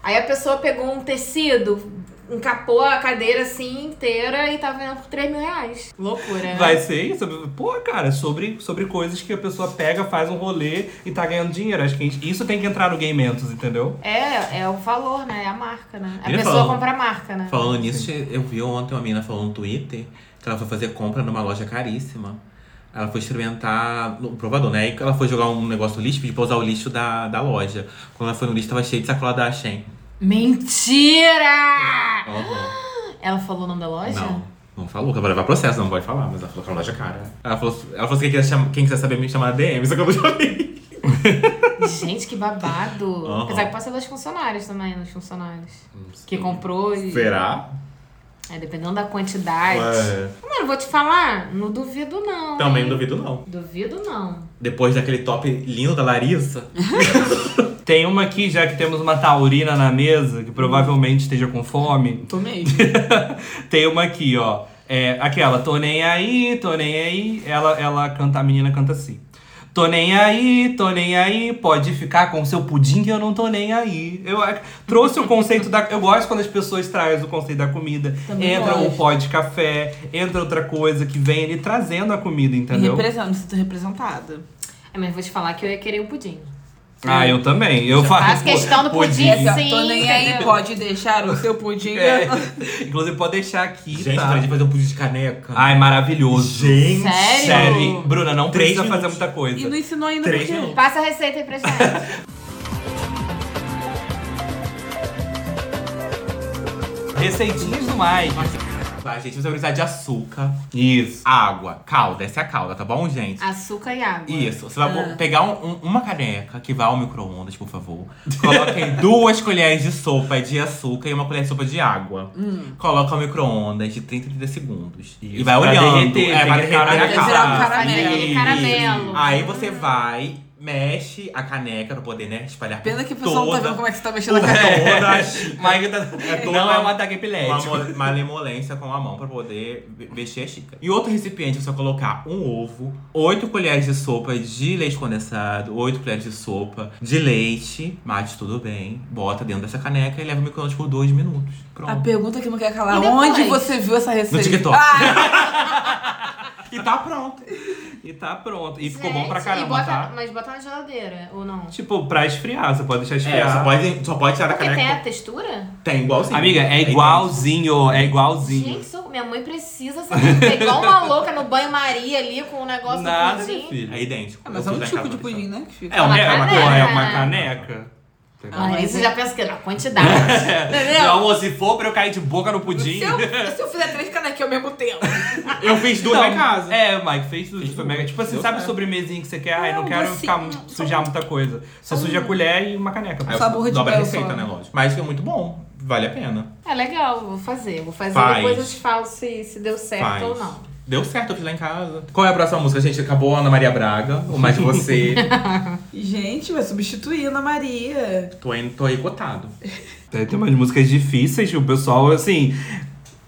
S5: Aí a pessoa pegou um tecido, encapou a cadeira assim inteira e tava vendendo por 3 mil reais. Loucura, né?
S1: Vai ser isso? Pô, cara, sobre, sobre coisas que a pessoa pega, faz um rolê e tá ganhando dinheiro. Acho que a gente- isso tem que entrar no Game Mentos, entendeu?
S5: É, é o valor, né? É a marca, né? A
S3: Eu ia
S5: pessoa
S3: falar-
S5: compra a marca, né?
S3: Falando nisso, eu vi ontem uma menina falando no Twitter que ela foi fazer compra numa loja caríssima. Ela foi experimentar no provador, né? E ela foi jogar um negócio no lixo, pediu pra usar o lixo da, da loja. Quando ela foi no lixo, tava cheio de sacola da Shein.
S5: Mentira!
S3: Uhum.
S5: Ela falou o nome da loja?
S3: Não, não falou, que vai levar processo, não pode falar, mas ela falou que é uma loja cara. Ela falou, ela falou que quem quiser, cham- quem quiser saber me chamar na DM, só que eu não chamei.
S5: Gente, que babado.
S3: Aham. Hum,
S5: Apesar que pode ser dos funcionários também, dos funcionários. Que comprou e.
S3: Será?
S5: É, dependendo da quantidade.
S3: É.
S5: Mano, vou te falar, não duvido não.
S3: Também
S5: hein?
S3: não duvido, não.
S5: Duvido não.
S3: Depois daquele top lindo da Larissa,
S1: Tem uma aqui, já que temos uma taurina na mesa, que provavelmente esteja com fome.
S4: Tô mesmo.
S1: Tem uma aqui, ó. É aquela, tô nem aí, tô nem aí. Ela, ela canta, a menina canta assim. Tô nem aí, tô nem aí, pode ficar com seu pudim que eu não tô nem aí. Eu a- trouxe o conceito da. Eu gosto quando as pessoas trazem o conceito da comida.
S4: Também
S1: entra
S4: gosto.
S1: o pó de café, entra outra coisa que vem ali trazendo a comida,
S4: Me
S1: entendeu?
S4: representando, me sinto representada.
S5: É, mas vou te falar que eu ia querer o pudim.
S1: Ah, eu também. Eu faço.
S5: Faz questão do pudim, assim. sim.
S4: Tô nem aí,
S5: entendeu?
S4: pode deixar o seu pudim.
S1: É. Inclusive, pode deixar aqui,
S3: Gente,
S1: tá?
S3: pra gente fazer um pudim de caneca.
S1: Ai, maravilhoso.
S3: gente.
S5: Sério?
S1: Sério. Bruna, não
S3: Três
S1: precisa fazer
S3: minutos.
S1: muita coisa.
S4: E não ensinou ainda
S3: Três
S4: por quê?
S3: minutos.
S5: Passa a receita aí pra gente.
S1: Receitinhas do Mike.
S3: Vai, gente, você vai precisar de açúcar,
S1: Isso.
S3: água, calda. Essa é a calda, tá bom, gente?
S5: Açúcar e água.
S3: Isso, você vai
S4: Ah.
S3: bo- pegar um- um- uma caneca que vá ao micro-ondas, por favor. Coloca em duas colheres de sopa de açúcar e uma colher de sopa de água.
S4: Hum.
S3: Coloca ao micro-ondas de 30 a 30 segundos. e
S1: Isso,
S3: vai
S1: pra
S3: olhando.
S1: derreter,
S3: é,
S1: tem
S3: vai
S1: que
S3: derreter a
S1: caramelizar.
S4: Virar um
S3: calda.
S5: Fazer aquele
S3: Isso.
S5: caramelo.
S3: Aí você vai, mexe a caneca pra poder, né, espalhar por
S4: Pena que o pessoal não tá
S3: toda-
S4: vendo como é que você tá mexendo
S3: por
S4: na cabeça.
S1: É.
S3: toda a
S1: Mike tá...
S3: É tipo- toda
S1: não é um
S3: uma-
S1: ataque
S3: uma
S1: epilético.
S3: mo- malemolência com a mão pra poder ve- mexer a xícara. E outro recipiente, você vai colocar um ovo, 8 colheres de sopa de leite condensado, 8 colheres de sopa de leite, mate tudo bem, bota dentro dessa caneca e leva o micro-ondas por 2 minutos.
S4: A
S3: Pronto.
S4: pergunta que não quer calar,
S5: E depois?
S4: onde você viu essa receita?
S3: No TikTok.
S4: Ah,
S3: E tá pronto.
S1: E tá pronto. E ficou bom pra
S5: Gente, e
S1: caramba,
S5: bota-
S1: tá?
S5: Mas bota na geladeira, ou não?
S1: Tipo, pra esfriar, você pode deixar
S3: É, só
S1: esfriar.
S3: pode, só pode tirar da
S5: Porque
S1: né?
S5: tem
S3: caneca.
S5: a textura?
S3: Tem igualzinho.
S1: Amiga, é
S3: Tem
S1: igualzinho, é igualzinho.
S5: Gente, socorro, minha mãe precisa saber. Tá igual uma louca no banho-maria ali com o negócio assim.
S1: Nada,
S5: do
S1: meu
S5: pudim.
S1: filho.
S3: É idêntico.
S4: Ah, mas é
S3: Eu
S4: um
S3: fiz na
S4: tipo
S3: casa
S4: de
S3: da pessoa.
S4: pudim, né? Que fica.
S1: É uma, é uma,
S5: caneca.
S1: porra, é uma caneca.
S4: Ah,
S5: Aí
S4: mas
S5: você
S4: é-
S5: já pensa que não, a quantidade.
S1: Meu amor, se for pra eu cair de boca no pudim.
S4: Se eu, se eu fizer três canequinhas ao mesmo tempo.
S3: Eu fiz duas
S1: Não,
S3: em casa.
S1: É, Mike, fez tudo.
S3: Fiz
S1: Tipo,
S3: tudo.
S1: mega. Tipo assim,
S3: Deu
S1: sabe
S3: certo.
S1: sobremesinha que você quer? Ai, não
S4: Não,
S1: quero
S4: assim,
S1: ficar mu- sujar muita coisa. Você suja a colher e uma caneca.
S3: Aí eu
S4: Sabor de
S3: dobro a
S4: mel
S3: receita,
S4: só.
S3: né, lógico. Mas é muito bom. Vale a pena.
S5: É legal, vou fazer. Vou fazer
S3: Faz.
S5: depois eu te falo se, se deu certo
S3: Faz.
S5: ou não.
S3: Deu certo, eu fiz lá em casa. Qual é a próxima música, gente? Acabou a Ana Maria Braga, ou mais você.
S4: Gente, vai substituir a Ana Maria.
S3: tô, indo, tô aí cotado.
S1: Tem tem umas músicas difíceis que o pessoal, assim.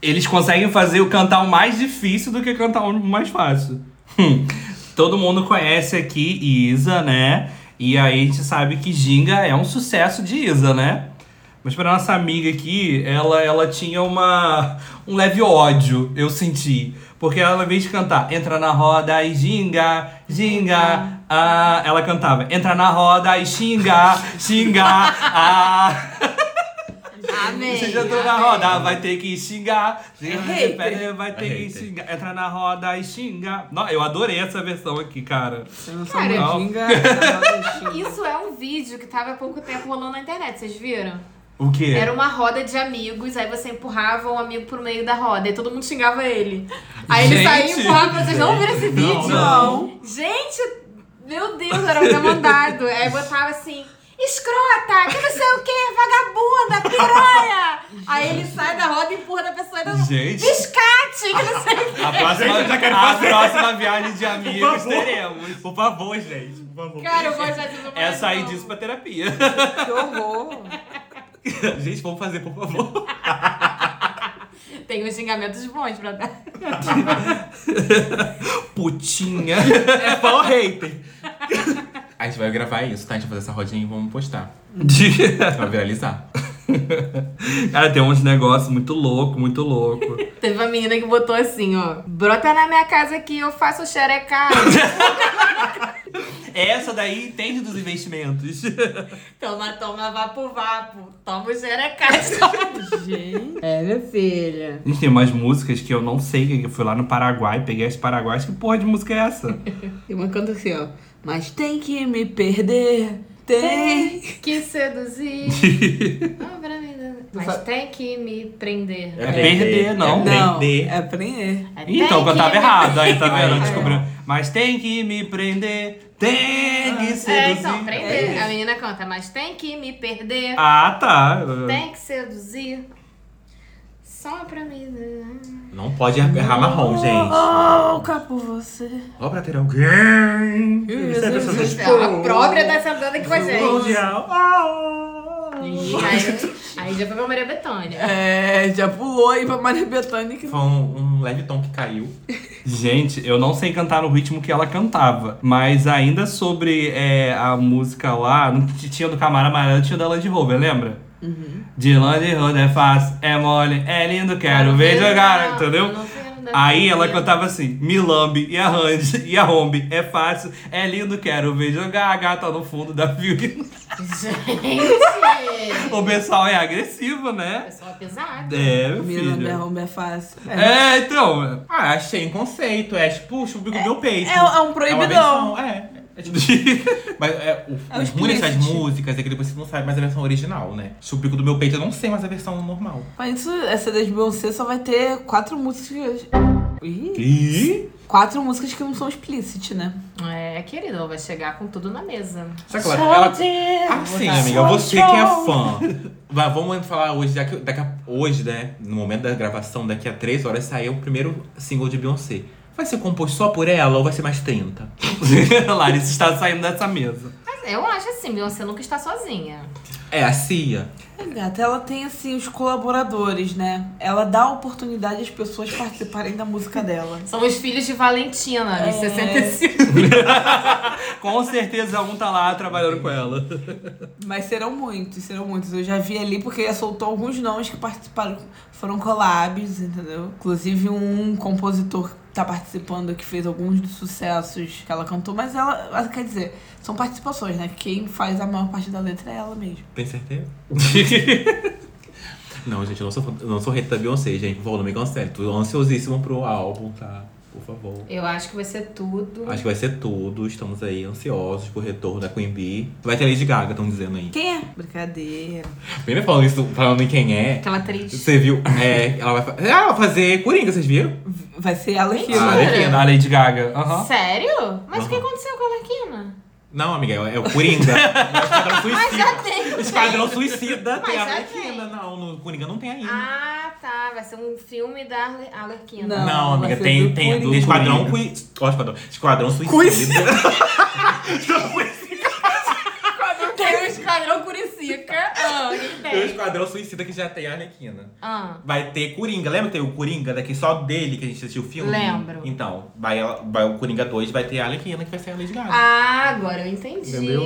S1: Eles conseguem fazer o cantar o mais difícil do que cantar o mais fácil. Hum. Todo mundo conhece aqui Isa, né? E aí a gente sabe que Ginga é um sucesso de Isa, né? Mas pra nossa amiga aqui, ela, ela tinha uma, um leve ódio, eu senti. Porque ela, ao invés de cantar Entra na roda e ginga, ginga, ah, ela cantava Entra na roda e xinga, xinga, ah.
S5: Amém.
S1: Você já entrou na roda, ah, vai ter que xingar.
S5: É
S4: hater.
S1: Pera, Vai ter
S3: É
S1: que
S3: hater.
S1: xingar. Entra na roda e xinga. Não, eu adorei essa versão aqui, cara.
S4: Eu não
S5: Cara,
S4: uma
S1: eu-
S4: ginga, eu não
S5: Isso é um vídeo que tava há pouco tempo rolando na internet, vocês viram?
S1: O quê?
S5: Era uma roda de amigos, aí você empurrava um amigo pro meio da roda e todo mundo xingava ele. Aí ele
S1: Gente!
S5: saía e empurrava, vocês não viram esse vídeo?
S4: não.
S5: Gente, meu Deus, era um demandado. aí botava assim, escrota, que não sei o que, vagabunda, piranha. Aí ele sai da roda e empurra da pessoa e dá um
S1: Gente,
S5: biscate, que não sei o que.
S1: a próxima,
S3: eu já quero
S1: a
S3: fazer.
S1: próxima viagem de amigos
S3: favor.
S1: teremos.
S3: Por favor, gente, por favor.
S5: Cara, eu vou achar isso
S1: É sair disso pra terapia.
S4: achei. Que horror.
S3: gente, vamos fazer, por favor.
S5: Tem uns xingamentos bons pra dar.
S1: Putinha.
S3: É fã ou hater? A gente vai gravar isso, tá? A gente vai fazer essa rodinha e vamos postar. Pra viralizar.
S1: Cara, tem uns negócios muito louco, muito louco.
S5: Teve uma menina que botou assim, ó. Brota na minha casa que eu faço xerecada.
S1: Essa daí entende dos investimentos.
S5: toma, toma, vapo, vapo. Toma o xerecate. Gente. É, minha filha.
S1: A gente tem umas músicas que eu não sei o que que eu fui lá no Paraguai, peguei as paraguaias. Que porra de música é essa?
S4: E uma canta assim, ó. Mas tem que me perder. Tem.
S5: Que seduzir. Abra me dando- Mas tem que me prender.
S1: É perder, não.
S4: Não,
S3: Perder.
S4: é aprender.
S1: Ih, Então eu
S5: Tem
S1: cantava
S5: que me-
S1: errado, aí tá
S3: É.
S1: vendo? Descobriu. Mas tem que me prender, tem que seduzir.
S5: É, então, prender.
S4: É
S5: A menina canta, mas tem que me perder.
S1: Ah, tá.
S5: Tem que seduzir. Só pra mim. né?
S3: Não pode errar marrom, gente.
S4: Louca por você.
S3: Só pra ter alguém.
S4: Então,
S5: A própria tá sentando aqui com a gente.
S3: Mundial. é?
S5: Ih, Aí, aí já foi pra Maria Bethânia.
S4: É, já pulou aí pra Maria Bethânia que
S3: Foi um, um leve tom que caiu.
S1: Gente, eu não sei cantar no ritmo que ela cantava. Mas ainda sobre é, a música lá, não t- tinha do Camara Amarelo, tinha da Land Rover, lembra?
S5: Uhum.
S1: De Land Rover é fácil, é mole, é lindo, quero ver jogar, entendeu?
S5: Uhum. Não, não, não. da
S1: Aí ela
S5: vida.
S1: cantava assim, me lambe e arranje e arrombe, é fácil, é lindo, quero ver jogar a gata no fundo da violina.
S5: Gente!
S1: O pessoal é agressivo, né?
S5: Pessoal pesado.
S1: É, meu
S4: Mila
S1: filho.
S4: Berromba é fácil.
S1: É, então,
S3: Ah, achei um conceito. É tipo, chupa o meu peito.
S4: É, é um
S3: É,
S4: proibidão.
S3: uma versão, é. É tipo- Mas é, o,
S4: É o
S3: o ruim dessas
S4: explícito.
S3: músicas é que depois você não sabe mais a versão original, né? Chupa o bico do meu peito, eu não sei mais a versão normal.
S4: Mas isso, essa da de Beyoncé só vai ter quatro músicas. Ih,
S3: E...
S4: quatro músicas que não são explicit, né?
S5: É, querido, vai chegar com tudo na mesa.
S3: Será que ela... ela... Ah, sim, amiga. Você que é fã. Mas vamos falar hoje, daqui, daqui a, hoje, né? No momento da gravação, daqui a três horas, saiu o primeiro single de Beyoncé. Vai ser composto só por ela ou vai ser mais 30?
S1: Larissa está saindo dessa mesa.
S5: Mas eu acho assim, Beyoncé nunca está sozinha.
S3: É, a Cia.
S4: É, Gata, ela tem assim os colaboradores, né? Ela dá a oportunidade às pessoas participarem da música dela.
S5: São os filhos de Valentina, de 65.
S1: Com certeza um tá lá trabalhando com ela.
S4: Mas serão muitos, serão muitos. Eu já vi ali porque soltou alguns nomes que participaram, foram collabs, entendeu? Inclusive um compositor que tá participando que fez alguns dos sucessos que ela cantou, mas ela, mas quer dizer, são participações, né? Quem faz a maior parte da letra é ela mesmo.
S3: Tem certeza? não, gente, eu não sou, fã- eu não sou hater da Beyoncé, gente. Por favor, não me cancele. Tô ansiosíssimo pro álbum, tá? Por favor.
S5: Eu acho que vai ser tudo.
S3: Acho que vai ser tudo. Estamos aí ansiosos pro retorno da Queen Bee. Vai ter Lady Gaga, estão dizendo aí.
S4: Quem é? Brincadeira.
S3: Primeiro falando isso, falando em quem é.
S5: Aquela atriz.
S3: Você viu? É, ela vai, fa- ela vai fazer Coringa, vocês viram?
S4: Vai ser ela que
S5: Mentira.
S3: Ah, Arlequina.
S1: Da Lady Gaga. Aham.
S5: Sério? Mas o que
S3: Aham.
S5: aconteceu com a Arlequina?
S3: Não, amiga, é, é o Coringa. É o Esquadrão
S5: Mas Ah, já
S3: Suicida.
S5: tem.
S3: Esquadrão Suicida
S5: Mas
S3: tem a
S5: já
S3: Arlequina. Não, no Coringa não tem ainda.
S5: Ah, tá. Vai ser um filme da Arle- Arlequina.
S4: Não.
S3: Não, amiga,
S4: você
S3: tem,
S4: viu
S3: tem,
S4: Coringa.
S3: tem esquadrão, cui... ó, esquadrão, esquadrão suicida.
S5: Quando tem o Esquadrão Curicica. Ah, que
S3: tem o
S5: tem.
S3: esquadrão suicida que já tem a Arlequina.
S5: Ah,
S3: Vai ter Coringa, lembra que tem o Coringa daqui só dele que a gente assistiu o filme?
S5: Lembro.
S3: Então, vai, ela- vai o Coringa 2 vai ter a Arlequina que vai ser a Lady Gaga.
S5: Ah, agora eu entendi.
S3: Entendeu?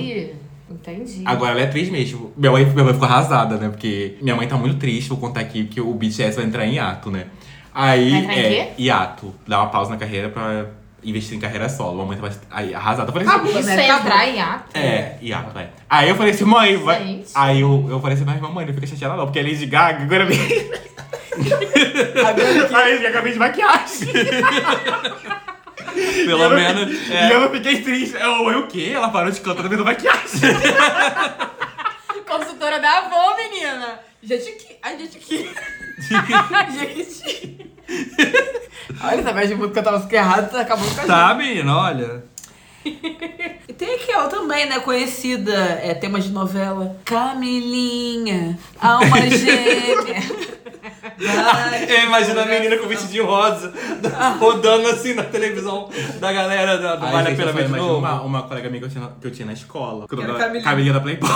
S5: Entendi.
S3: Agora ela é atriz mesmo. Minha mãe, minha mãe ficou arrasada, né? Porque minha mãe tá muito triste, vou contar aqui, porque o BTS vai entrar em hiato, né? Aí.
S5: Vai entrar em
S3: é, hiato. Dá uma pausa na carreira pra investir em carreira solo. Minha mãe tava aí, arrasada. Eu falei assim,
S5: Acabou, isso é
S4: Acabou.
S5: entrar em ato.
S3: É, hiato, é. Aí eu falei assim, mãe, vai.
S5: Gente.
S3: Aí eu, eu falei assim, mas mamãe, não fica chateada não, porque a Lady Gaga agora me. a Lady Gaga fez maquiagem. E eu
S1: Pelo
S3: não-
S1: menos.
S3: E eu
S1: É,
S3: não fiquei triste. Eu, eu o quê? Ela parou de cantar fazendo maquiagem.
S5: Consultora da avó, menina.
S4: Gente que. Ai, gente que. gente. Olha, essa de música tava música errada, acabou com a
S1: tá, menina, olha.
S4: E tem aquela também, né? Conhecida, é tema de novela. Camilinha, alma gêmea. Vai.
S1: Eu imagino a menina com vestidinho rosa rodando assim na televisão da galera da do
S3: Ai,
S1: Vale a
S3: gente,
S1: Pena
S3: eu só
S1: Ver de
S3: imagino
S1: Novo.
S3: Uma, uma colega minha que eu tinha, que eu tinha na escola. Que eu
S4: Era
S3: tava-
S4: Camilinha.
S3: Camilinha da Playboy.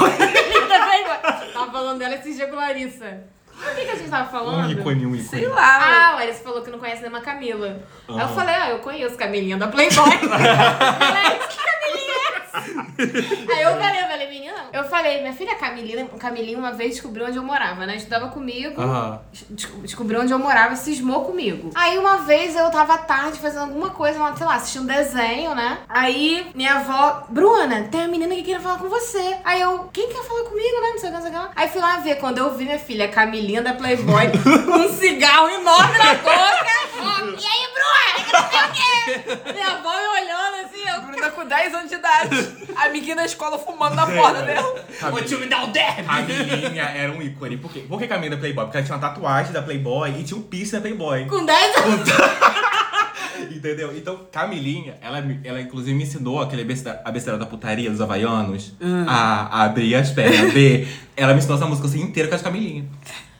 S5: Tava falando dela esse dia com a Larissa. Tá O que, que a gente tava falando?
S3: Um ícone, um ícone.
S4: Sei lá.
S5: Ah, a Larissa falou que não conhece nenhuma Camila. Aí eu
S3: Ah.
S5: falei, ah, eu conheço Camilinha da Playboy. Ela disse, que Camilinha é essa? Aí eu falei, eu falei, menina, eu falei, minha filha Camilinha, Camilinha uma vez descobriu onde eu morava, né? Estudava comigo,
S1: Aham.
S5: Desco- descobriu onde eu morava, cismou comigo. Aí uma vez eu tava à tarde fazendo alguma coisa, lá, sei lá, assistindo um desenho, né? Aí minha avó, Bruna, tem uma menina que queria falar com você. Aí eu, quem quer falar comigo, né? Não sei o que, não sei o que. lá. Aí fui lá ver, quando eu vi minha filha, a Camilinha da Playboy, com um cigarro enorme na boca. Ó, e aí, Bruna, que não sei o quê? Minha avó me olhando assim, eu.
S4: Bruna tá com 10 anos de idade. A amiguinha da escola fumando na porta dela.
S3: Vou te me dar o derby. Camilinha era um ícone. Por quê? Por que Camilinha da Playboy? Porque ela tinha uma tatuagem da Playboy e tinha um piercing da Playboy.
S5: Com 10 anos.
S3: Entendeu? Então, Camilinha, ela, me- ela inclusive me ensinou aquele abeceda- abecedário da putaria dos havaianos a, a abrir as pernas, a ver. Ela me ensinou essa música assim inteira com as Camilinha.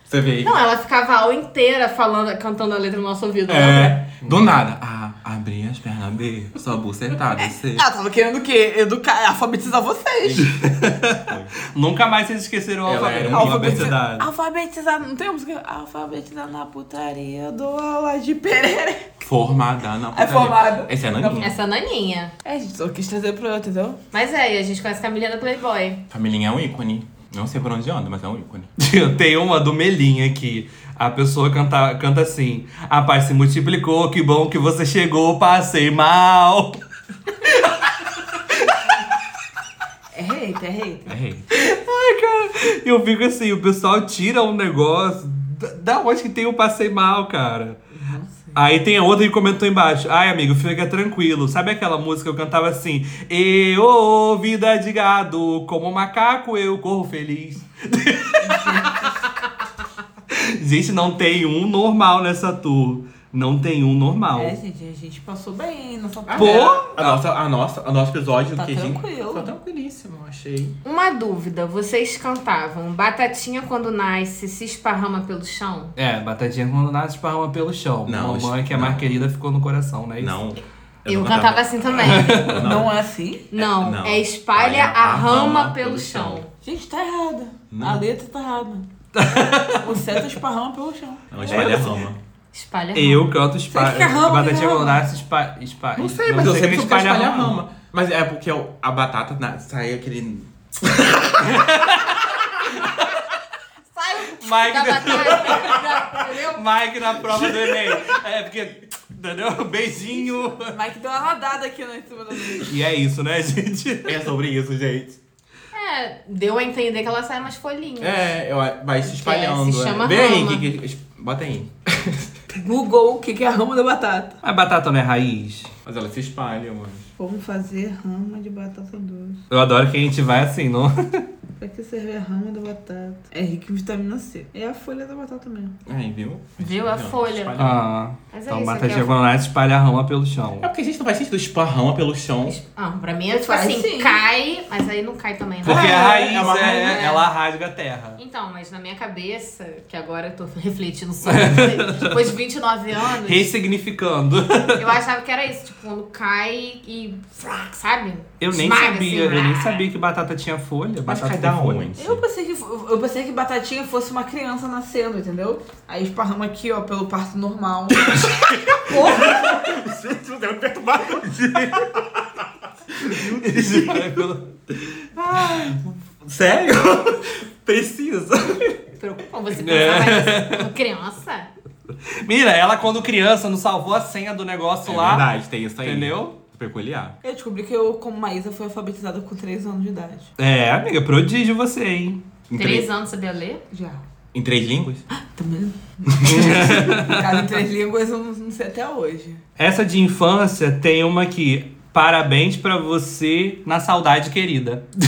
S3: Você vê? aí?
S5: Não, ela ficava a aula inteira falando, cantando a letra no nosso ouvido. né?
S3: É, do nada. A, abrir as pernas, B, só bucetada, C.
S4: Ela tava querendo o quê? Educar, alfabetizar vocês.
S1: Nunca mais vocês esqueceram o
S3: Ela
S1: alfabeto.
S3: era um
S1: alfabetizado.
S4: Alfabetizar, não tem música? Alfabetizar na putaria, dou aula de perere.
S3: Formada na putaria.
S4: formada.
S3: Essa é a Naninha.
S5: Essa naninha.
S4: É, gente, só quis trazer pro outro, entendeu?
S5: Mas é, e a gente conhece Camilinha da Playboy.
S3: Camilinha é um ícone. Não sei por onde anda, mas é um ícone.
S1: Tem uma do Melinha aqui. A pessoa canta, canta assim: A paz se multiplicou, que bom que você chegou, passei mal.
S4: É hater, é hater.
S3: Errei.
S1: Eu fico assim: o pessoal tira um negócio. da- Da onde que tem o passei mal, cara? Aí tem a outra que comentou embaixo. Ai, amigo, fica é tranquilo. Sabe aquela música que eu cantava assim? Eu, ô, vida de gado, como um macaco eu corro feliz. Gente, não tem um normal nessa tour. Não tem um normal.
S4: É, gente, a gente passou bem nessa
S1: Pô!
S4: parte.
S3: A nossa, a nossa, o nosso episódio
S4: Tá
S3: que a gente-
S4: tranquilo.
S3: Tá tranquilíssimo, eu achei.
S5: Uma dúvida, vocês cantavam Batatinha quando nasce se esparrama pelo chão?
S1: É, batatinha quando nasce esparrama pelo chão.
S3: Não,
S1: Mamãe, que é
S3: não.
S1: mais querida, ficou no coração, né?
S3: Não.
S5: Eu, cantava assim também.
S3: Não.
S4: Não é assim?
S5: Não,
S3: não.
S5: é espalha a rama, pelo chão.
S4: Gente, tá errada.
S3: Não.
S4: A letra tá errada. o certo esparrama pelo chão.
S3: Não, É um espalha a rama.
S5: Espalha a rama.
S1: É Eu canto
S4: Você
S1: espalha.
S4: fica rama,
S1: Batatinha
S4: rama.
S1: quando nasce espalha. Espa...
S3: Não sei, mas eu
S1: que
S3: sempre soube que espalha a rama. Mas é porque o- a batata na- sai aquele...
S5: Sai
S1: Mike-
S5: da batata, entendeu?
S1: Mike na prova do Enem. É, porque. Entendeu? Um Beijinho.
S4: Mike deu uma rodada aqui na cima da gente.
S1: E é isso, né, gente?
S3: É sobre isso, gente.
S5: É, deu a entender que ela sai umas folhinhas.
S3: É, eu, vai se espalhando.
S5: se
S3: é.
S5: chama
S3: Vem aí,
S5: rama.
S3: que, que- bota aí.
S4: Google o que que é ramo da batata.
S1: Mas batata não é raiz?
S3: Mas ela se espalha, mano.
S4: Como fazer rama de batata doce?
S1: Eu adoro que a gente vai assim, não?
S4: Pra que serve a rama da batata? É rica em vitamina C. É a folha da batata mesmo.
S3: Aí, viu?
S5: Viu? A
S3: Espalha.
S5: folha.
S3: Espalha.
S1: Ah.
S5: Mas é
S1: Então,
S5: isso, aqui
S1: batatinha
S5: é-
S1: quando nasce espalha a rama pelo chão.
S3: É porque a gente não faz sentido esparrama pelo chão.
S5: Ah, pra mim é tipo
S4: Faz
S5: assim,
S4: sim.
S5: cai, mas aí não cai também, né?
S1: Porque a
S3: Ah, é,
S1: raiz,
S3: é uma
S1: é-
S3: raiz,
S5: né?
S1: ela rasga a terra.
S5: Então, mas na minha cabeça, que agora eu tô refletindo sobre, depois de 29 anos,
S1: Ressignificando.
S5: eu achava que era isso, tipo, quando cai e, sabe?
S1: Eu nem
S5: Esmaga,
S1: sabia,
S5: assim,
S1: eu nem
S5: ah.
S1: sabia que batata tinha folha.
S3: Mas
S1: Batata
S3: cai
S1: tem
S3: da
S1: folha.
S3: onde?
S4: Eu pensei, que, eu pensei que batatinha fosse uma criança nascendo, entendeu? Aí esparrama aqui, ó, pelo parto normal.
S3: Gente, eu quero perturbar. Sério? Precisa.
S5: Preocupam você
S1: É.
S5: pensar mais como criança?
S1: Mira, ela quando criança não salvou a senha do negócio
S3: É
S1: lá.
S3: verdade, tem isso aí.
S1: Entendeu?
S3: Peculiar.
S4: Eu descobri que eu, como Maísa, fui alfabetizada com 3 anos de idade.
S1: É, amiga, prodígio você, hein?
S3: Em
S5: Três anos sabia ler?
S4: Já.
S3: Em três línguas?
S4: Também. Cara, em três línguas eu não, não sei até hoje.
S1: Essa de infância tem uma aqui. Parabéns pra você na saudade, querida.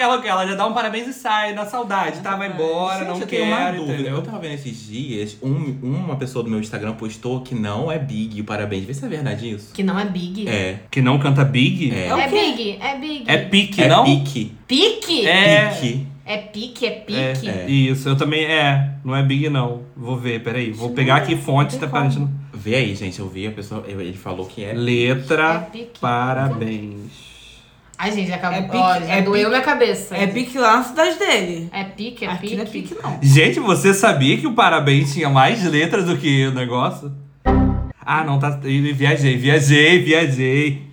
S1: ela, ela já dá um parabéns e sai na saudade, tá? Vai embora,
S3: Gente,
S1: não
S3: eu
S1: quero,
S3: tenho uma dúvida.
S1: entendeu?
S3: Eu tava vendo esses dias, um- uma pessoa do meu Instagram postou que não é Big, parabéns. Vê se é verdade isso.
S5: Que não é big.
S3: É.
S1: Que não canta Big?
S3: É.
S5: É
S4: o quê?
S5: big, é big.
S1: É pique,
S3: é
S1: não?
S3: Pique.
S5: pique?
S1: É.
S3: Pique.
S5: É pique, é
S1: É,
S5: pique.
S1: é. Isso, eu também. É, não é Big, não. Vou ver, peraí. Vou
S3: é
S1: pegar aqui fonte, tá parecendo.
S3: Vê aí, gente. Eu vi a pessoa. eu- Ele falou que é.
S5: É
S1: Letra,
S5: pique.
S1: parabéns.
S5: Ai, gente, já acabou. É
S4: É pique,
S5: já
S4: é
S5: doeu
S4: pique.
S5: minha cabeça.
S4: É pique lá na cidade dele.
S5: É pique, é
S4: Aqui
S5: pique.
S4: não é pique, não.
S1: Gente, você sabia que o parabéns tinha mais letras do que o negócio? Ah, não, tá. Ih, Viajei, viajei, viajei.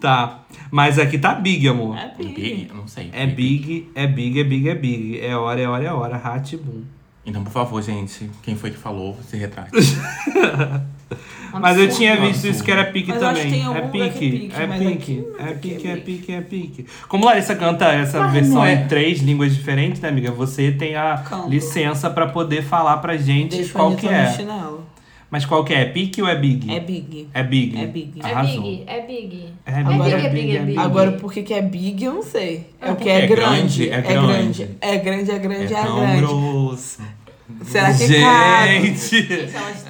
S1: Tá. Mas aqui tá big, amor.
S4: É pique.
S3: Big? Eu Não sei.
S1: É big, é big, é big, é big. É hora, é hora, é hora. Hatboom.
S3: Então, por favor, gente, quem foi que falou, se retrate.
S5: Um
S1: Mas eu
S5: absurdo.
S1: tinha visto
S3: absurdo.
S1: isso que era pique
S4: Mas eu acho que
S1: também.
S4: tem algum
S1: É
S4: lugar que é
S1: pique,
S4: pique,
S1: é
S4: mas
S1: pique,
S4: aqui não
S1: é
S4: é que é
S1: pique, é
S4: pique.
S1: pique, é pique. Como Larissa canta essa
S3: Mas não
S1: versão
S3: é.
S1: em três línguas diferentes, né, amiga? Você tem a
S4: Canto.
S1: licença pra poder falar pra gente
S4: Deixa
S1: qual
S4: o
S1: que
S4: Anitta no
S1: é.
S4: chinelo.
S1: Mas qual que é? É pique ou é big?
S4: É big.
S1: É big.
S4: É big.
S5: É
S1: Arrasou.
S5: big, é big.
S1: É
S4: Agora-
S5: é big, é big.
S4: Agora, por que que é big, eu não sei. É o que
S3: É
S4: é
S3: grande,
S4: grande.
S3: é grande.
S4: É grande, é grande, é
S3: tão
S4: grande.
S3: grosso.
S4: Será que é cabe?
S1: Gente,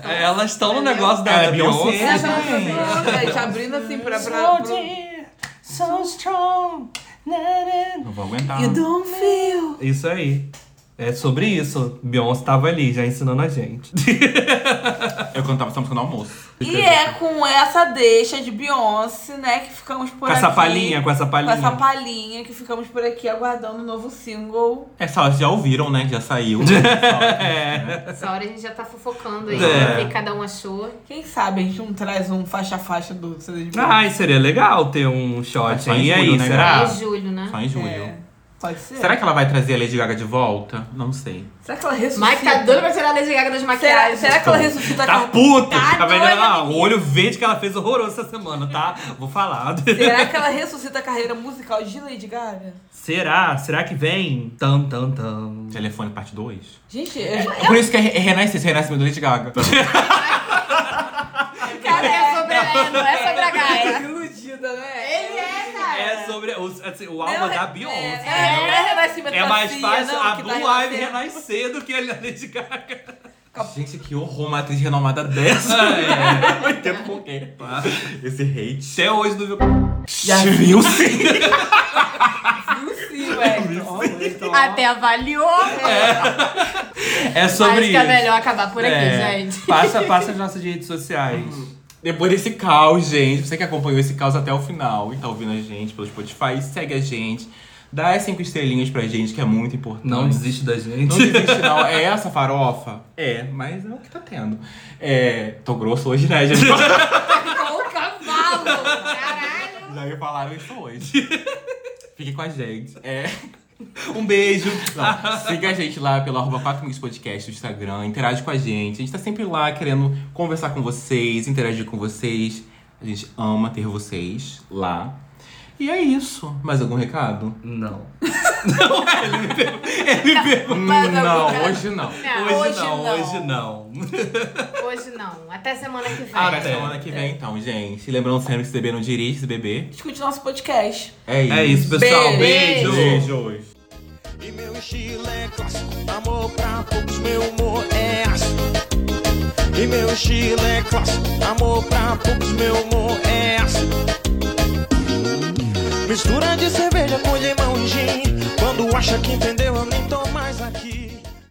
S1: É. elas estão no negócio
S3: Ela
S1: da
S3: é Beyoncé,
S1: Beyoncé.
S4: Ela tá fazendo, gente, abrindo assim pra... pra, pra...
S1: So strong.
S3: Não vou aguentar.
S4: You don't feel.
S1: Isso aí. É sobre isso. Beyoncé tava ali, já ensinando a gente.
S3: Eu cantava essa música no almoço.
S4: E é com essa deixa de Beyoncé, né, que ficamos por
S1: com
S4: aqui.
S1: essa palhinha, com essa
S4: Com
S1: palhinha.
S4: essa palhinha que ficamos por aqui aguardando o novo single.
S3: Essa elas já ouviram, né? que Já saiu. é.
S5: Essa hora a gente já tá fofocando aí.
S1: É.
S5: O que cada um achou.
S4: Quem sabe a gente não traz um faixa a faixa do
S1: Ah,
S4: CD de Beyoncé.
S1: Ai, seria legal ter um shot
S3: Só em
S1: aí. E aí,
S3: julho, né,
S1: será?
S5: É em julho, né?
S3: Só em julho.
S4: É. Pode ser.
S3: Será que ela vai trazer a Lady Gaga de volta? Não sei.
S4: Será que ela ressuscita?
S5: Mike tá doido pra tirar a Lady Gaga das
S4: será,
S5: maquiagens.
S4: será que ela ressuscita
S1: Tá
S4: com...
S1: puta!
S4: Tá
S1: Tá vendo
S4: doida,
S1: lá? O
S4: menina.
S1: olho verde que ela fez horroroso essa semana, tá? Vou falar.
S4: Será que ela ressuscita a carreira musical de Lady Gaga?
S1: Será? Será que vem? Tam, tam, tam.
S3: Telefone parte 2.
S4: Gente, eu,
S3: Por isso que é re- é renascença, renascimento do Lady Gaga.
S5: Cara, é
S4: né?
S5: sobre a Ellen, não é sobre a
S4: eu
S5: Gaia.
S4: tô iludida, né? Ele é.
S1: É sobre o, assim, o alma da Beyoncé.
S4: É, é, não é renascimento
S1: É,
S4: da
S1: mais
S4: Cia,
S1: fácil
S4: não,
S1: a
S4: que
S1: Blue
S4: tá
S1: Ivy
S4: renascendo.
S1: renascer do que a Lady Gaga.
S3: Gente, que horror, uma atriz renomada dessa.
S1: É. Ah.
S3: Não entendo por quê. Esse hate.
S1: Até hoje não viu.
S4: Já
S3: viu sim.
S4: Sim, ué. Ó,
S5: É,
S4: ué, É, então, ó.
S5: Até avaliou.
S1: É sobre
S5: Acho que é
S1: isso.
S5: melhor acabar por aqui,
S1: É.
S5: gente.
S1: Passa, passa as nossas redes sociais.
S3: Uhum. Depois desse caos, gente, você que acompanhou esse caos até o final e tá ouvindo a gente pelo Spotify, segue a gente. Dá as cinco estrelinhas pra gente, que é muito importante.
S1: Não desiste da gente.
S3: Não desiste, não. É essa farofa? É, mas é o que tá tendo. É. Tô grosso hoje, né, gente?
S5: Com o cavalo, caralho.
S3: Já me falaram isso hoje. Fique com a gente. É.
S1: Um beijo.
S3: Não, siga a gente lá pelo arroba 4 Amigos um Podcast no Instagram, interage com a gente. A gente tá sempre lá querendo conversar com vocês, interagir com vocês. A gente ama ter vocês lá. E é isso. Mais algum recado?
S1: Não.
S5: Mas
S3: não,
S5: algum-
S3: hoje não.
S5: Não,
S1: hoje,
S5: hoje
S1: não,
S5: não.
S1: hoje não.
S5: Hoje não. Até semana que vem.
S3: Até semana que vem, então, gente. Lembrando sempre que se beber não dirige, se beber.
S4: Escute nosso podcast.
S3: É isso.
S1: É isso, pessoal.
S5: Beijo.
S1: Beijo.
S3: Beijos.
S6: E meu estilo é clássico, amor pra poucos, meu humor é ácido. E meu estilo é clássico, amor pra poucos, meu humor é ácido. Mistura de cerveja com limão e gin. Quando acha que entendeu,